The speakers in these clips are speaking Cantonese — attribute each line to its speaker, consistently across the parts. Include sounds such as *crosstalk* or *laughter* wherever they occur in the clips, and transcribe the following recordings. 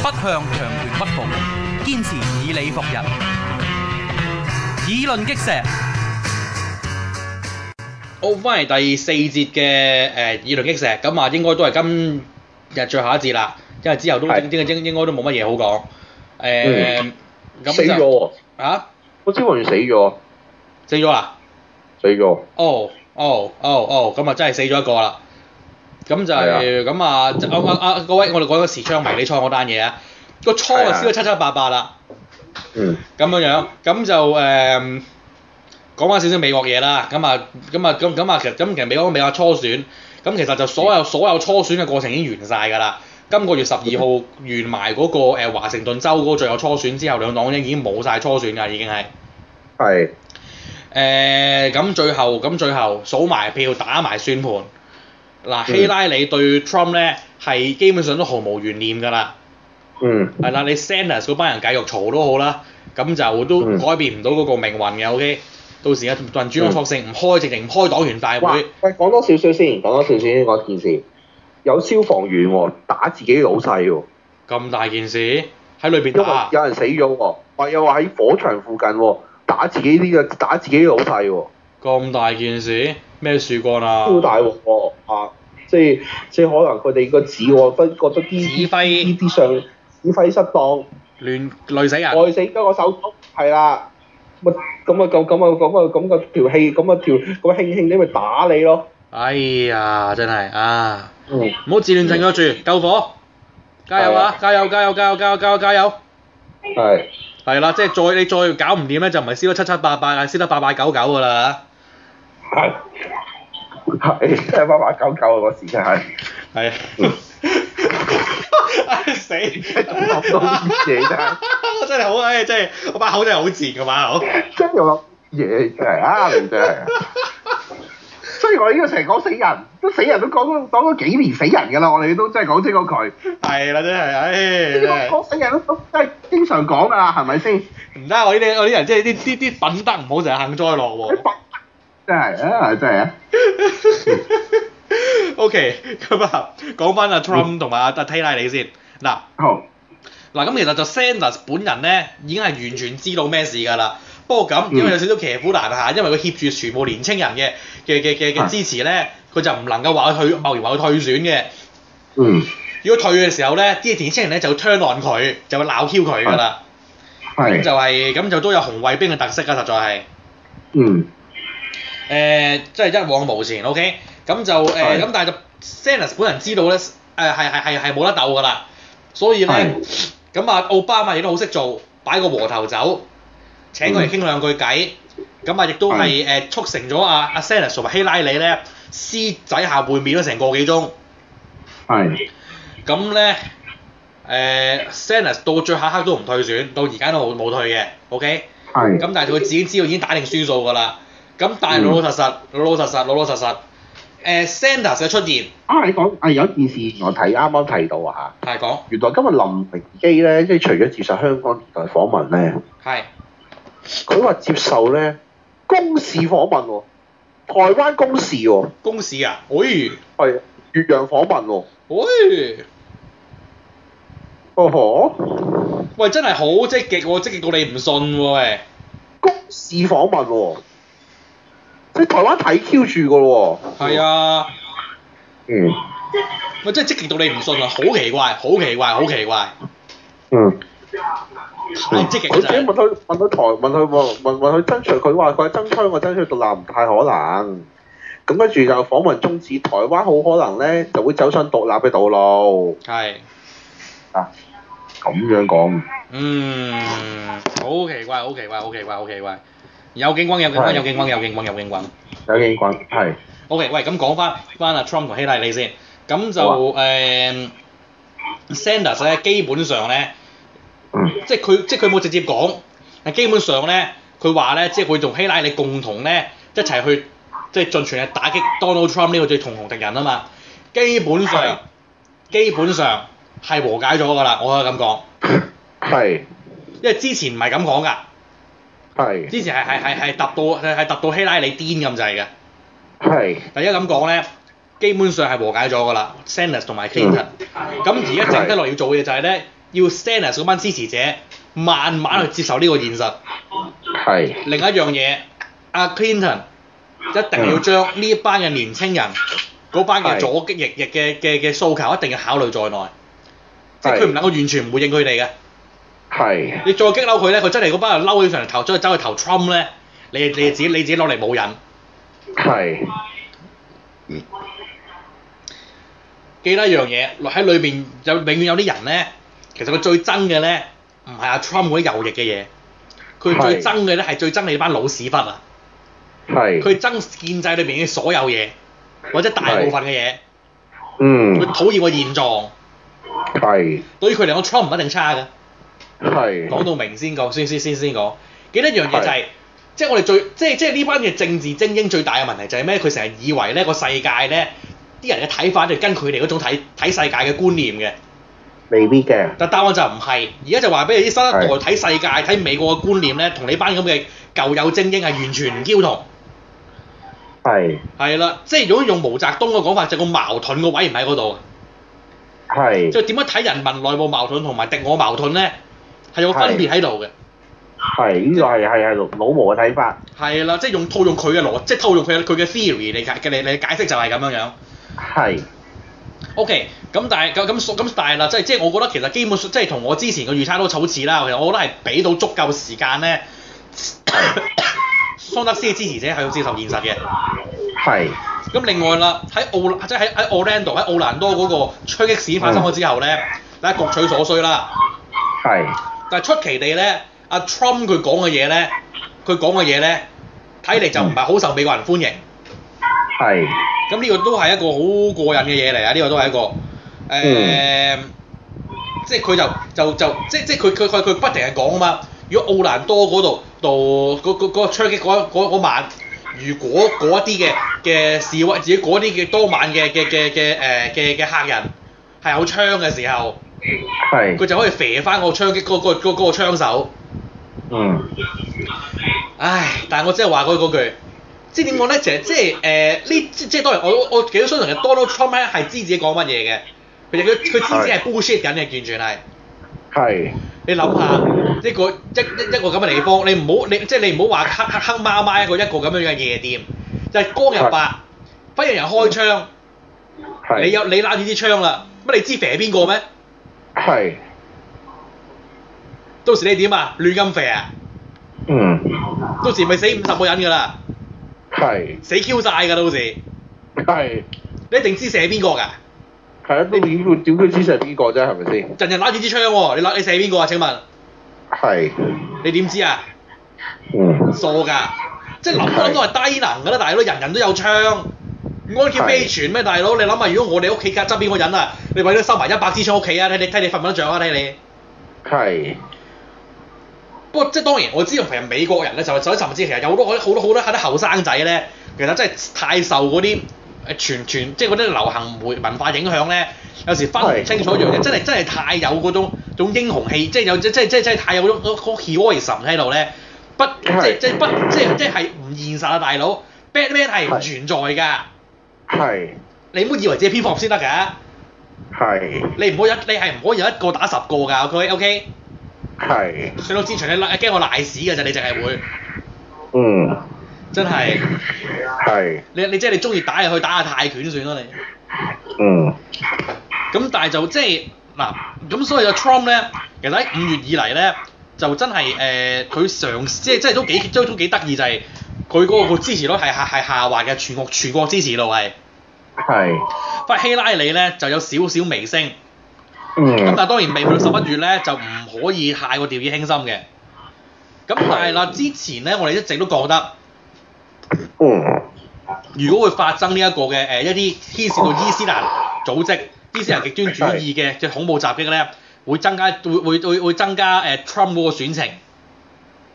Speaker 1: 向強權屈服，堅持以理服人，以論擊石。
Speaker 2: 好，翻嚟第四節嘅誒議論擊石，咁啊應該都係今日最後一節啦，因為之後都
Speaker 3: 係
Speaker 2: 應應應應該都冇乜嘢好講。誒
Speaker 3: 嗯，
Speaker 2: 咁
Speaker 3: 死咗
Speaker 2: 就
Speaker 3: 喎！
Speaker 2: 啊，
Speaker 3: 個消防員死咗，
Speaker 2: 死咗啦！
Speaker 3: 死咗。
Speaker 2: 哦哦哦哦，咁啊真係死咗一個啦。咁就
Speaker 3: 係啊
Speaker 2: 係咁啊，就啊啊啊！各位，我哋講緊時昌迷你倉嗰單嘢啊，個倉啊
Speaker 3: 係啊
Speaker 2: 燒得七七八八啦。
Speaker 3: 嗯，
Speaker 2: 咁樣樣，咁就誒、講翻少少美國嘢啦。咁啊，咁啊，咁咁啊，其實咁其實美國美國初選，咁其實就
Speaker 3: 嗯
Speaker 2: 所有所有初選嘅過程已經完晒㗎啦。今個月十二
Speaker 3: *laughs*
Speaker 2: 號完埋嗰、個誒、華盛頓州嗰個最後初選之後，兩黨已經冇晒初選㗎，已經係
Speaker 3: 係
Speaker 2: 誒咁最後咁最後數埋票打埋算盤。嗱，
Speaker 3: 嗯
Speaker 2: 希拉里對 Trump 咧係基本上都毫無懸念㗎啦。
Speaker 3: 嗯
Speaker 2: 係啦，你 Sanders 嗰班人繼續嘈都好啦，咁就都
Speaker 3: 嗯
Speaker 2: 改變唔到嗰個命運嘅。OK，到時啊，民主黨
Speaker 3: 嗯
Speaker 2: 索性唔開直情唔開黨員大
Speaker 3: 哇
Speaker 2: 會，
Speaker 3: 喂，講多少少先，講多少少先講件事。有消防員喎、打自己老細喎、
Speaker 2: 咁大件事喺裏邊
Speaker 3: 因為
Speaker 2: 打，
Speaker 3: 有人死咗喎、話又話喺火場附近喎、打自己呢、個打自己老細喎、
Speaker 2: 咁大件事咩樹幹啊？
Speaker 3: 好大鑊喎啊！即係即係可能佢哋個指喎，分覺得
Speaker 2: 指
Speaker 3: 啲
Speaker 2: 揮
Speaker 3: 呢啲上指揮失當，
Speaker 2: 亂累死人，
Speaker 3: 愛死得個手足係啦。咪咁啊咁咁啊咁啊咁個條氣咁啊條咁啊輕輕啲咪打你咯。
Speaker 2: 哎呀，真係啊！
Speaker 3: 嗯，
Speaker 2: 唔好自亂陣腳住，救火，加油啊！加油加油加油加油加油加油！
Speaker 3: 係
Speaker 2: 係啦，即係再你再搞唔掂咧，就唔係燒得七七八八啊，燒得八八九九㗎啦。
Speaker 3: 係係，真係八八九九啊！個時間係。
Speaker 2: 係啊，死！
Speaker 3: 諗到啲嘢真係，
Speaker 2: *laughs* 我真係好，唉，真係我把口真係好賤嘅把口。
Speaker 3: 真係諗嘢真係啊！你真係。雖然我呢個成日講死人，都死人都講咗講咗幾年死人㗎啦，我哋都真係講清講佢。
Speaker 2: 係啦，真係，唉，真
Speaker 3: 呢個
Speaker 2: 係
Speaker 3: 講死人都都真係經常講㗎啦，係咪先？
Speaker 2: 唔得！我呢啲我啲人即係啲啲啲品德唔好，成日幸災樂禍。
Speaker 3: 真係啊，真係啊，
Speaker 2: *laughs* O K，咁啊，講翻阿 Trump 同埋阿阿希拉里先。嗱
Speaker 3: 好
Speaker 2: 嗱，咁其實就 Sanders 本人咧已經係完全知道咩事㗎啦。不過咁，因為有少少騎虎難下，因為佢協住全部年青人嘅嘅嘅嘅嘅支持咧，佢就唔能夠話佢退，貿然話佢退選嘅。
Speaker 3: 嗯，
Speaker 2: 如果退嘅時候咧，啲年青人咧就 turn on 佢，就會鬧 Q 佢㗎啦。咁就
Speaker 3: 啊係，
Speaker 2: 係、咁就都有紅衛兵嘅特色啊，實在係。
Speaker 3: 嗯，
Speaker 2: 誒、即係一往無前，OK。咁就誒，咁、
Speaker 3: 係
Speaker 2: 但係就 Sanders 本人知道咧，誒係係係係冇得鬥㗎啦。所以咧，咁啊奧巴馬亦都好識做，擺個和頭酒，請佢哋傾兩句偈。咁啊，亦都係誒促成咗阿阿 Sanders 同埋希拉里咧私底下會面咗成個幾鐘。
Speaker 3: 係，
Speaker 2: 咁咧，誒、Sanders 到最後一刻都唔退選，到而家都冇冇退嘅，OK。
Speaker 3: 係，
Speaker 2: 咁但係佢自己知道已經打定輸數㗎啦。咁但係
Speaker 3: 嗯
Speaker 2: 老老實實，老老實實，老老實實，誒、Sanders 嘅出現，
Speaker 3: 啊，你講啊，有一件事我睇啱啱提到啊嚇，
Speaker 2: 係講
Speaker 3: 原來今日林榮基咧，即係除咗接受香港電台訪問咧。
Speaker 2: 係
Speaker 3: 佢話接受咧公事訪問喎、台灣公事喎、
Speaker 2: 公事啊，喂
Speaker 3: 係越洋訪問喎、
Speaker 2: 喂，
Speaker 3: 哦呵，
Speaker 2: 喂真係好積極喎，積極到你唔信喎、喂，
Speaker 3: 公事訪問喎、即係台灣睇 Q 住噶喎。
Speaker 2: 係，啊，
Speaker 3: 嗯
Speaker 2: 喂真係積極到你唔信啊，好奇怪，好奇怪，好奇怪，
Speaker 3: 嗯，
Speaker 2: 太積極
Speaker 3: 佢
Speaker 2: 啦
Speaker 3: 自己
Speaker 2: 真
Speaker 3: 問
Speaker 2: 係，
Speaker 3: 佢問佢台問佢問問問佢爭取，佢話佢係爭取我爭取獨立唔太可能。咁跟住就訪問中止，台灣好可能咧就會走上獨立嘅道路。
Speaker 2: 係。
Speaker 3: 咁樣講，
Speaker 2: 嗯，好奇怪，好奇怪，好奇怪，好奇怪。有警棍，有警棍，
Speaker 3: 係
Speaker 2: 有警棍，有警棍，有警棍。
Speaker 3: 有幾關係
Speaker 2: OK，喂，咁講翻翻阿 Trump 同希拉里先。咁就
Speaker 3: 好啊
Speaker 2: 誒、Sanders 咧，基本上咧，
Speaker 3: 嗯
Speaker 2: 即係佢即係佢冇直接講，但基本上咧，佢話咧，即係佢同希拉里共同咧一齊去即係盡全力打擊 Donald Trump 呢個最同行敵人啊嘛。基本上
Speaker 3: 係啊
Speaker 2: 基本上係和解咗㗎啦，我可以咁講，
Speaker 3: 係
Speaker 2: 因為之前唔係咁講㗎。
Speaker 3: 係
Speaker 2: 之前係係係係揼到係係揼到希拉里癲咁滯嘅，
Speaker 3: 係
Speaker 2: 但而家咁講咧，基本上係和解咗㗎啦，Sanders 同埋 Clinton。咁而家剩低落嚟要做嘅嘢就係咧，要 Stannis 嗰班支持者慢慢去接受呢個現實。
Speaker 3: 係
Speaker 2: 另一樣嘢，阿 Clinton 一定要將呢一班嘅年青人嗰班嘅
Speaker 3: 係
Speaker 2: 左翼翼嘅嘅嘅訴求一定要考慮在內，即係佢唔能夠完全唔回應佢哋嘅。
Speaker 3: 係
Speaker 2: 你再激嬲佢咧，佢真係嗰班人嬲起上嚟投，走去走去投 Trump 咧，你你自己你自己攞嚟冇癮。
Speaker 3: 係
Speaker 2: 記得一樣嘢，喺裏邊有永遠有啲人咧，其實佢最憎嘅咧，唔係阿 Trump 嗰啲右翼嘅嘢，佢最
Speaker 3: 係
Speaker 2: 憎嘅咧係最憎你班老屎忽啊！
Speaker 3: 係，
Speaker 2: 佢憎建制裏邊嘅所有嘢，或者大部分嘅嘢，
Speaker 3: 嗯
Speaker 2: 佢討厭個現狀。
Speaker 3: 係
Speaker 2: 對於佢嚟講，Trump 唔一定差嘅。講
Speaker 3: 係
Speaker 2: 到明先講，先先先先講。記得一樣嘢就係、
Speaker 3: 係
Speaker 2: 即係我哋最即係即係呢班嘅政治精英最大嘅問題就係咩？佢成日以為咧個世界咧啲人嘅睇法就跟佢哋嗰種睇睇世界嘅觀念嘅。
Speaker 3: 未必嘅，
Speaker 2: 但答案就唔係，而家就話俾你啲新一代
Speaker 3: 係
Speaker 2: 睇世界、睇美國嘅觀念咧，同你班咁嘅舊有精英係完全唔交同。
Speaker 3: 係
Speaker 2: 係啦，即係如果用毛澤東嘅講法，就個矛盾個位唔喺嗰度。啊
Speaker 3: 係
Speaker 2: 即係點樣睇人民內部矛盾同埋敵我矛盾咧，係有個分別喺度嘅。
Speaker 3: 係呢個係係係老毛嘅睇法，
Speaker 2: 係啦，即係用套用佢嘅邏，即係套用佢嘅佢嘅 theory 嚟解嘅你你解釋就係咁樣樣。
Speaker 3: 係
Speaker 2: OK，咁但係咁咁咁但係啦，即係即係我覺得其實基本上即係同我之前嘅預測都好似啦。其實我覺得係俾到足夠時間咧， *coughs* 桑德斯嘅支持者係要接受現實嘅。
Speaker 3: 係
Speaker 2: 咁另外啦，喺奧即係喺喺 Orlando 喺奧蘭多嗰個槍擊事發生咗之後咧，大家各取所需啦。
Speaker 3: 係
Speaker 2: 但係出奇地咧，阿 Trump 佢講嘅嘢咧，佢講嘅嘢咧，睇嚟就唔係好受美國人歡迎。
Speaker 3: 係
Speaker 2: 咁呢個都係一個好過癮嘅嘢嚟啊！呢、個都係一個誒、即係佢就就就即即係佢佢佢佢不停係講啊嘛。如果奧蘭多嗰度度嗰嗰嗰個槍擊嗰嗰嗰晚，如果嗰一啲嘅嘅示威，自己嗰啲嘅當晚嘅嘅嘅嘅誒嘅嘅客人係有槍嘅時候，
Speaker 3: 係
Speaker 2: 佢就可以射翻個槍擊嗰、個嗰、個槍手。
Speaker 3: 嗯
Speaker 2: 唉，但係我真係話嗰嗰句，即係點講咧？就係即係誒呢，即即係當然我我幾多相信嘅 Donald Trump 咧係知自己講乜嘢嘅，佢佢佢知自己係 bullshit 緊嘅，完全係。
Speaker 3: 係
Speaker 2: 你諗下一個一一一個咁嘅地方，你唔好你即係你唔好話黑黑黑麻麻一個一個咁樣嘅夜店，就係光日白，忽然人開槍，
Speaker 3: 係
Speaker 2: 你有你攬住支槍啦，乜你知肥邊個咩？
Speaker 3: 係
Speaker 2: 到時你點啊？亂咁肥啊？
Speaker 3: 嗯
Speaker 2: 到時咪死五十個人㗎啦，
Speaker 3: 係
Speaker 2: 死 Q 晒㗎到時，
Speaker 3: 係
Speaker 2: 你一定知射邊個㗎？
Speaker 3: 係啊！都點佢點佢知係邊個啫？係咪先？
Speaker 2: 人人攞住支槍喎，你攞你射邊個啊？請問
Speaker 3: 係
Speaker 2: 你點知啊？
Speaker 3: 嗯
Speaker 2: 傻㗎，即係諗都諗到係低能㗎啦，大佬，人人都有槍，唔安叫飛傳咩，大佬？你諗下，如果我哋屋企隔側邊個人啊，你為咗收埋一百支槍屋企啊，睇你睇你瞓唔瞓得着啊，睇你。
Speaker 3: 係
Speaker 2: 不過即係當然，我知道其實美國人咧就就甚至其實有好多好多好多好多後生仔咧，其實真係太受嗰啲誒傳傳即係嗰啲流行媒文化影響咧，有時分唔清楚一樣嘢，真係真係太有嗰種種英雄氣，即係有即係即係即係太有嗰種嗰嗰 heroism 喺度咧，不即係即係不即係即係唔現實啊，大佬！Batman 係唔存在㗎，
Speaker 3: 係
Speaker 2: 你唔好以為自己蝙蝠俠先得㗎，
Speaker 3: 係
Speaker 2: 你唔好有一你係唔可以有一個打十個㗎，OK OK，
Speaker 3: 係
Speaker 2: 上到戰場你驚我賴屎㗎咋，你淨係會
Speaker 3: 嗯
Speaker 2: 真係。
Speaker 3: 係
Speaker 2: 你你即係你中意打入去打下泰拳算啦你。
Speaker 3: 嗯
Speaker 2: 咁但係就即係嗱，咁所以就 Trump 咧，其實喺五月以嚟咧，就真係誒，呃佢、嘗試即係即係都幾都都幾得意就係佢嗰個支持率係下係下滑嘅，全國全國支持率係。
Speaker 3: 係
Speaker 2: 不過希拉里咧就有少少微升，咁
Speaker 3: 嗯
Speaker 2: 但係當然未去到十一月咧就唔可以太過掉以輕心嘅。咁但係啦，之前咧我哋一直都覺得，
Speaker 3: 嗯
Speaker 2: 如果會發生呢一個嘅誒、呃一啲牽涉到伊斯蘭組織、伊斯蘭極端主義嘅嘅恐怖襲擊咧，會增加會會會會增加誒、呃 Trump 嗰個選情。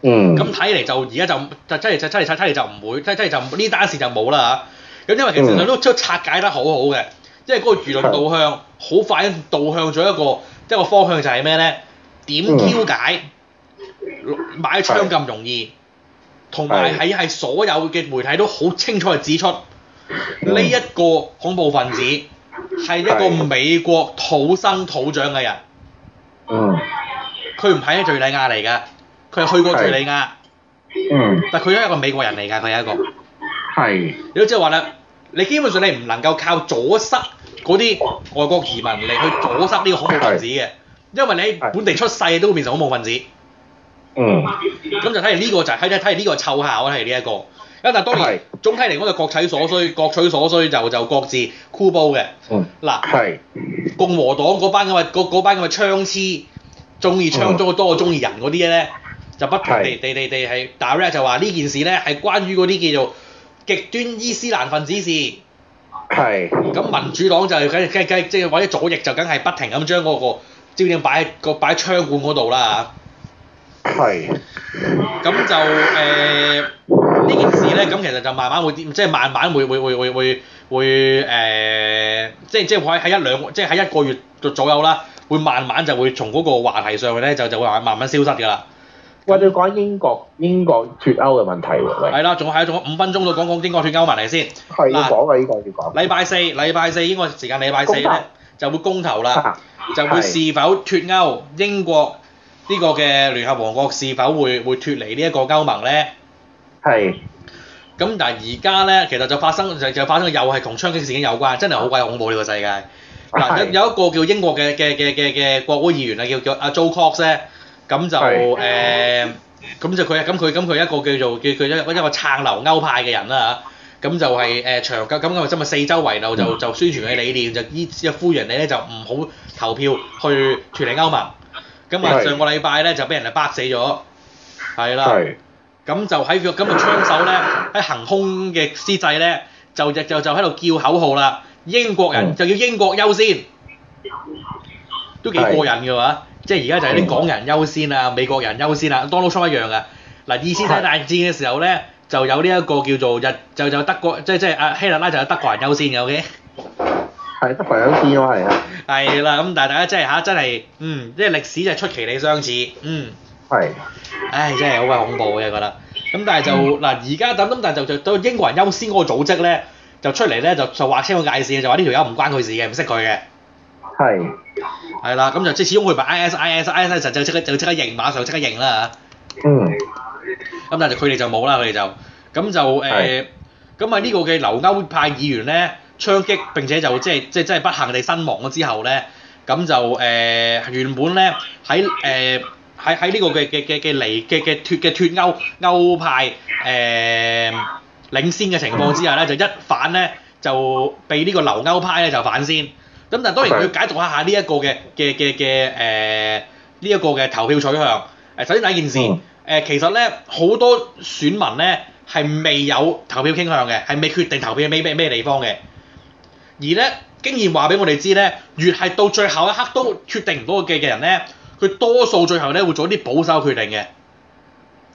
Speaker 3: 嗯
Speaker 2: 咁睇嚟就而家就就真係就真係睇嚟就唔會，真真係就呢單事就冇啦嚇。咁因為其實
Speaker 3: 嗯
Speaker 2: 都都拆解得好好嘅，因為嗰個輿論導向好快導向咗一個一個方向就係咩咧？點
Speaker 3: 嗯
Speaker 2: 挑解買槍咁容易，同埋喺係所有嘅媒體都好清楚地指出
Speaker 3: 嗯
Speaker 2: 呢一個恐怖分子係一個
Speaker 3: 係
Speaker 2: 美國土生土長嘅人。
Speaker 3: 嗯嗯
Speaker 2: 佢唔係喺敘利亞嚟㗎，佢係去過敘利亞，
Speaker 3: 嗯
Speaker 2: 但佢係一個美國人嚟㗎，佢係一個。
Speaker 3: 係
Speaker 2: 你都即係話咧，你基本上你唔能夠靠阻塞嗰啲外國移民嚟去阻塞呢個恐怖分子嘅，因為你喺本地出世你都會變成恐怖分子。咁
Speaker 3: 嗯
Speaker 2: 就睇嚟呢個就係睇睇睇嚟呢個湊效啦，係呢一個。咁但係當然
Speaker 3: 係
Speaker 2: 總體嚟講就各取所需，各取所需就就各自箍煲嘅。
Speaker 3: 嗯
Speaker 2: 嗱，
Speaker 3: 係
Speaker 2: 共和黨嗰班咁嘅嗰嗰班咁嘅槍痴，中意槍多多過中意人嗰啲咧，就不停地
Speaker 3: 係
Speaker 2: 地地地係 direct 就話呢件事咧係關於嗰啲叫做極端伊斯蘭分子事。
Speaker 3: 係
Speaker 2: 咁民主黨就係梗梗梗即係或者左翼就梗係不停咁將嗰個焦點擺喺個擺喺槍管嗰度啦
Speaker 3: 係
Speaker 2: 咁就誒呢、件事咧，咁其實就慢慢會即係慢慢會會會會會會誒、即係即係喺喺一兩即係喺一個月左右啦，會慢慢就會從嗰個話題上咧就就會慢慢消失㗎啦。
Speaker 4: 喂，你講英國英國脱歐嘅問題喎，喂，
Speaker 2: 係啦，仲係仲有五分鐘到講講英國脱歐問題先。
Speaker 4: 係要
Speaker 2: 嗱
Speaker 4: 講啊，呢個要講。
Speaker 2: 禮拜四禮拜四應該時間禮拜四
Speaker 4: 公投
Speaker 2: 咧就會公投啦。
Speaker 4: 啊
Speaker 2: 就會是否脱歐，英國呢個嘅聯合王國是否會會脱離呢一個歐盟咧？
Speaker 4: 係
Speaker 2: 咁但係而家咧，其實就發生就就發生又係同槍擊事件有關，真係好鬼恐怖呢、個世界。嗱有
Speaker 4: 係
Speaker 2: 有一個叫英國嘅嘅嘅嘅嘅國會議員啊，叫叫阿 Joe Cox 咧，咁就誒
Speaker 4: 係
Speaker 2: 咁就佢咁佢咁佢一個叫做叫佢一個一個撐留歐派嘅人啦嚇，咁就係誒長久咁咁真係四周圍路就就宣傳佢理念，就依就呼籲人哋咧就唔好投票去脱離歐盟。咁啊
Speaker 4: 係
Speaker 2: 上個禮拜咧就俾人哋拃死咗，係啦。
Speaker 4: 係
Speaker 2: 咁就喺個咁嘅槍手咧，喺行空嘅之際咧，就就就就喺度叫口號啦。英國人
Speaker 4: 嗯
Speaker 2: 就要英國優先，都幾過
Speaker 4: 係
Speaker 2: 癮嘅話，即係而家就係啲
Speaker 4: 嗯
Speaker 2: 港人優先啊，美國人優先啊，Donald Trump 一樣嘅。嗱，二次世界大戰嘅時候咧，就有呢一個叫做日就就德國，即係即係阿希特拉就有德國人優先嘅，OK。
Speaker 4: 係得朋友先咯，係啊，
Speaker 2: 係啦，咁但係大家真係嚇，真係嗯，即係歷史就出奇地相似，嗯。
Speaker 4: 係
Speaker 2: 唉，真係好鬼恐怖嘅覺得。咁但係就嗱，而家咁咁，但係就就到英國人優先嗰個組織咧，就出嚟咧就就劃清個界線，就話呢條友唔關佢事嘅，唔識佢嘅。
Speaker 4: 係
Speaker 2: 係啦，咁就即係始終佢咪 IS，IS，IS 就就即刻就即刻認，馬上即刻認啦
Speaker 4: 嗯
Speaker 2: 咁但係佢哋就冇啦，佢哋就咁就誒
Speaker 4: 係，
Speaker 2: 咁啊呢個嘅留歐派議員咧槍擊並且就即係即係即係不幸地身亡咗之後咧，咁就誒、呃原本咧喺誒喺喺呢個嘅嘅嘅嘅離嘅嘅脱嘅脱歐歐派誒、呃、領先嘅情況之下咧，就一反咧就被呢個留歐派咧就反先。咁但係當然佢要解讀一下呢一個嘅嘅嘅嘅誒呢一個嘅投票取向。誒，首先第一件事，誒、
Speaker 4: 嗯
Speaker 2: 其實咧好多選民咧係未有投票傾向嘅，係未決定投票咩咩咩地方嘅。而咧經驗話俾我哋知咧，越係到最後一刻都決定唔到嘅嘅人咧，佢多數最後咧會做啲保守決定嘅。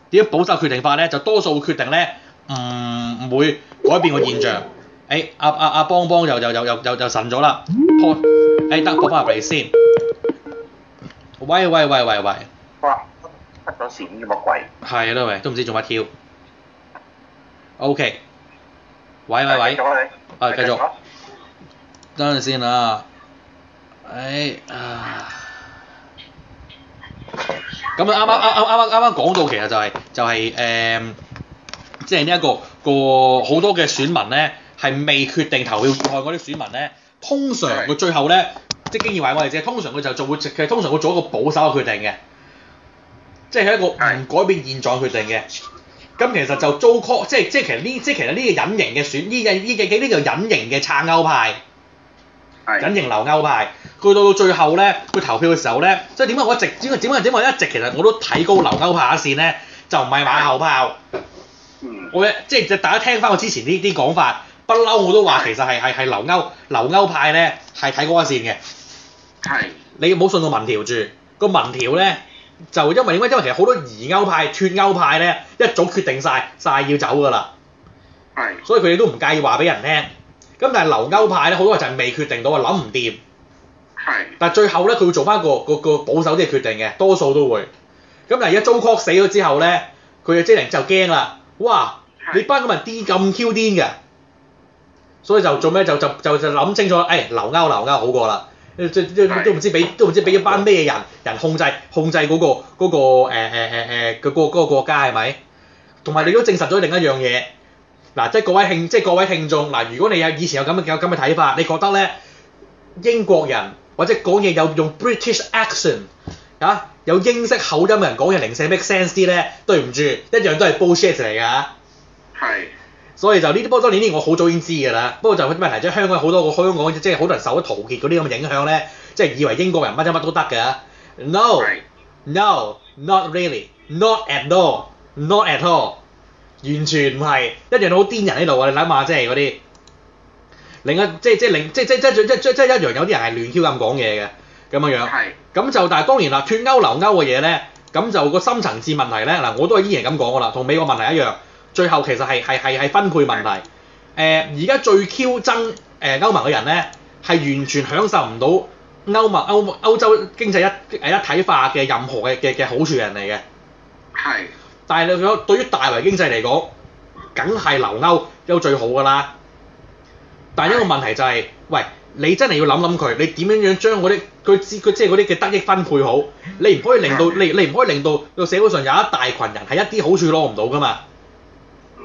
Speaker 2: 點樣保守決定法咧？就多數會決定咧唔唔會改變個現象。誒阿阿阿邦邦又又又又又又神咗啦，破誒得播翻入嚟先。喂喂喂喂喂，
Speaker 5: 哇！得咗線嘅乜鬼？
Speaker 2: 係啦喂，都唔知做乜 Q。OK，喂喂喂
Speaker 5: 繼，續啊你
Speaker 2: 啊繼續
Speaker 5: 啊
Speaker 2: 等陣先啊。誒啊！咁啊啱啱啱啱啱啱啱講到其實就係、就係、誒，即係呢一個個好多嘅選民咧係未決定投票意向嗰啲選民咧，通常佢最後咧即係經驗話我哋知，通常佢就做會其實通常會做一個保守嘅決定嘅，即係一個唔改變現狀決定嘅。咁其實就租 call，即係即係其實呢即係其實呢個隱形嘅選呢個呢個呢個隱形嘅撐歐派。隱
Speaker 5: 係
Speaker 2: 形留歐派，佢到到最後咧，佢投票嘅時候咧，即係點解我一直點解點解點解我一直其實我都睇高留歐派一線咧，就唔係馬後炮，
Speaker 5: 嗯
Speaker 2: 我嘅即係大家聽翻我之前呢啲講法，不嬲我都話其實係係係留歐留歐派咧係睇高一線嘅，
Speaker 5: 係
Speaker 2: 你唔好信個民調住，個民調咧就因為點解？因為其實好多疑歐派、脱歐派咧一早決定晒晒要走㗎啦。
Speaker 5: 係
Speaker 2: 所以佢哋都唔介意話俾人聽。咁但係留歐派咧，好多人就係未決定到啊，諗唔掂。
Speaker 5: 係
Speaker 2: 但係最後咧，佢會做翻個個個保守啲嘅決定嘅，多數都會。咁但係而家 Joe Cox 死咗之後咧，佢嘅精靈就驚啦，哇！
Speaker 5: 係
Speaker 2: 你班咁人癲咁 Q 哎癲嘅，所以就做咩就就就就諗清楚，誒、留歐留歐好過啦。即即即
Speaker 5: 係
Speaker 2: 都唔知俾都唔知俾一班咩人人控制控制嗰、個嗰、個誒誒誒誒嗰個嗰個國家係咪？同埋你都證實咗另一樣嘢，嗱，即係各位聽即係各位聽眾，嗱，如果你有以前有咁嘅有咁嘅睇法，你覺得咧英國人或者講嘢有用 British accent 啊，有英式口音嘅人講嘢零舍 make sense 啲咧，對唔住，一樣都係 bullshit 嚟㗎。
Speaker 5: 係
Speaker 2: 所以就呢啲，不過當然呢啲我好早已經知㗎啦。不過就問題即係香港好多個香港即係好多人受咗陶傑嗰啲咁嘅影響咧，即係以為英國人乜乜乜都得㗎。No,
Speaker 5: 係
Speaker 2: no, not really, not at all, not at all，完全唔係一樣好癲人喺度啊！你諗下，即係嗰啲另一即係即係另即係即係即係即係即係一樣有啲人係亂 Q 咁講嘢嘅咁樣樣。
Speaker 5: 係
Speaker 2: 咁就但係當然啦，脱歐留歐嘅嘢咧，咁就個深層次問題咧，嗱我都係依然咁講噶啦，同美國問題一樣，最後其實係係係係分配問題。誒而家最 Q 憎誒歐盟嘅人咧，係完全享受唔到歐盟歐歐洲經濟一誒一體化嘅任何嘅嘅嘅好處嘅人嚟嘅。
Speaker 5: 係
Speaker 2: 但係你講對於大圍經濟嚟講，梗係留歐有最好㗎啦。但係一個問題就係、喂，你真係要諗諗佢，你點樣樣將嗰啲佢知佢即係嗰啲嘅得益分配好，你唔可以令到你你唔可以令到個社會上有一大群人係一啲好處攞唔到㗎嘛，
Speaker 5: 嗯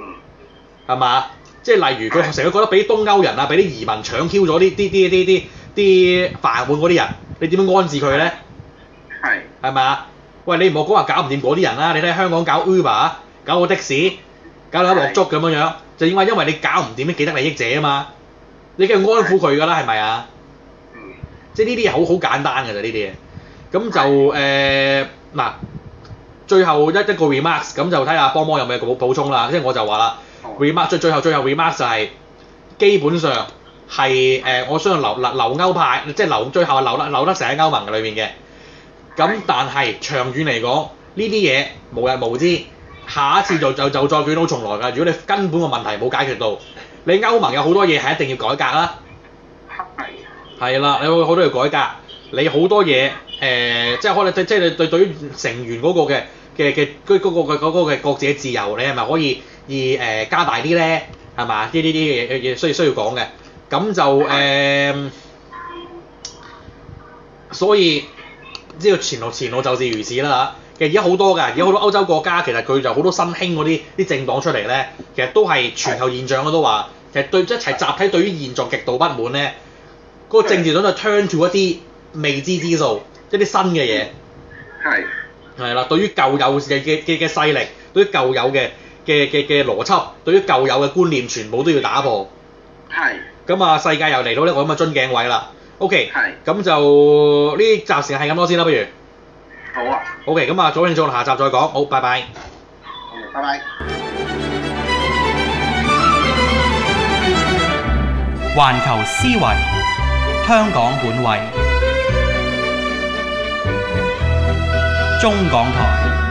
Speaker 2: 係嘛？即係例如佢成日覺得俾東歐人啊，俾啲移民搶 Q 咗啲啲啲啲啲啲飯碗嗰啲人，你點樣安置佢咧？
Speaker 5: 係
Speaker 2: 係咪啊？喂，你唔好講話搞唔掂嗰啲人啦，你睇香港搞 Uber 啊搞個的士，搞到一落足咁樣樣，就因為因為你搞唔掂啲既得利益者啊嘛，你梗係安撫佢㗎啦，係咪啊？
Speaker 5: 嗯
Speaker 2: 即係呢啲嘢好好簡單㗎啫，呢啲嘢。咁就誒嗱、最後一一個 remarks，咁就睇下幫幫有冇嘢補補充啦。即係我就話啦
Speaker 5: 好
Speaker 2: ，remark 最最後最後 remark 就係、基本上係誒、我相信留留留歐派，即係留最後係留得留得成喺歐盟嘅裏面嘅。咁
Speaker 5: 係
Speaker 2: 但係長遠嚟講，呢啲嘢無日無之，下一次就就就再捲土重來㗎。如果你根本個問題冇解決到，你歐盟有好多嘢係一定要改革啦。
Speaker 5: 係
Speaker 2: 係啦，你會好多嘢改革，你好多嘢誒、呃即係可能即即係你對對於成員嗰個嘅嘅嘅嗰嗰個嘅嗰個嘅各自嘅自由，你係咪可以以誒、呃加大啲咧？係嘛？呢呢啲嘢嘢需要需要講嘅，咁就誒、呃所以呢個前路前路就是如此啦嚇。其實而家好多㗎，而家好多歐洲國家其實佢就好多新興嗰啲啲政黨出嚟咧，其實都係全球現象我都話，其實對一齊集體對於現狀極度不滿咧。嗰個政治黨就 turn to 一啲未知之數，一啲新嘅嘢，
Speaker 5: 係
Speaker 2: 係啦。對於舊有嘅嘅嘅嘅勢力，對於舊有嘅嘅嘅嘅邏輯，對於舊有嘅觀念，全部都要打破。
Speaker 5: 係
Speaker 2: 咁啊，世界又嚟到呢個咁嘅樽頸位啦。OK，
Speaker 5: 係
Speaker 2: 咁就呢集時間係咁多先啦，不如。
Speaker 5: 好啊，
Speaker 2: OK，咁啊，早慶做下集再講。好，拜拜。
Speaker 5: 好拜拜。
Speaker 1: 環球思維，香港本位，中港台。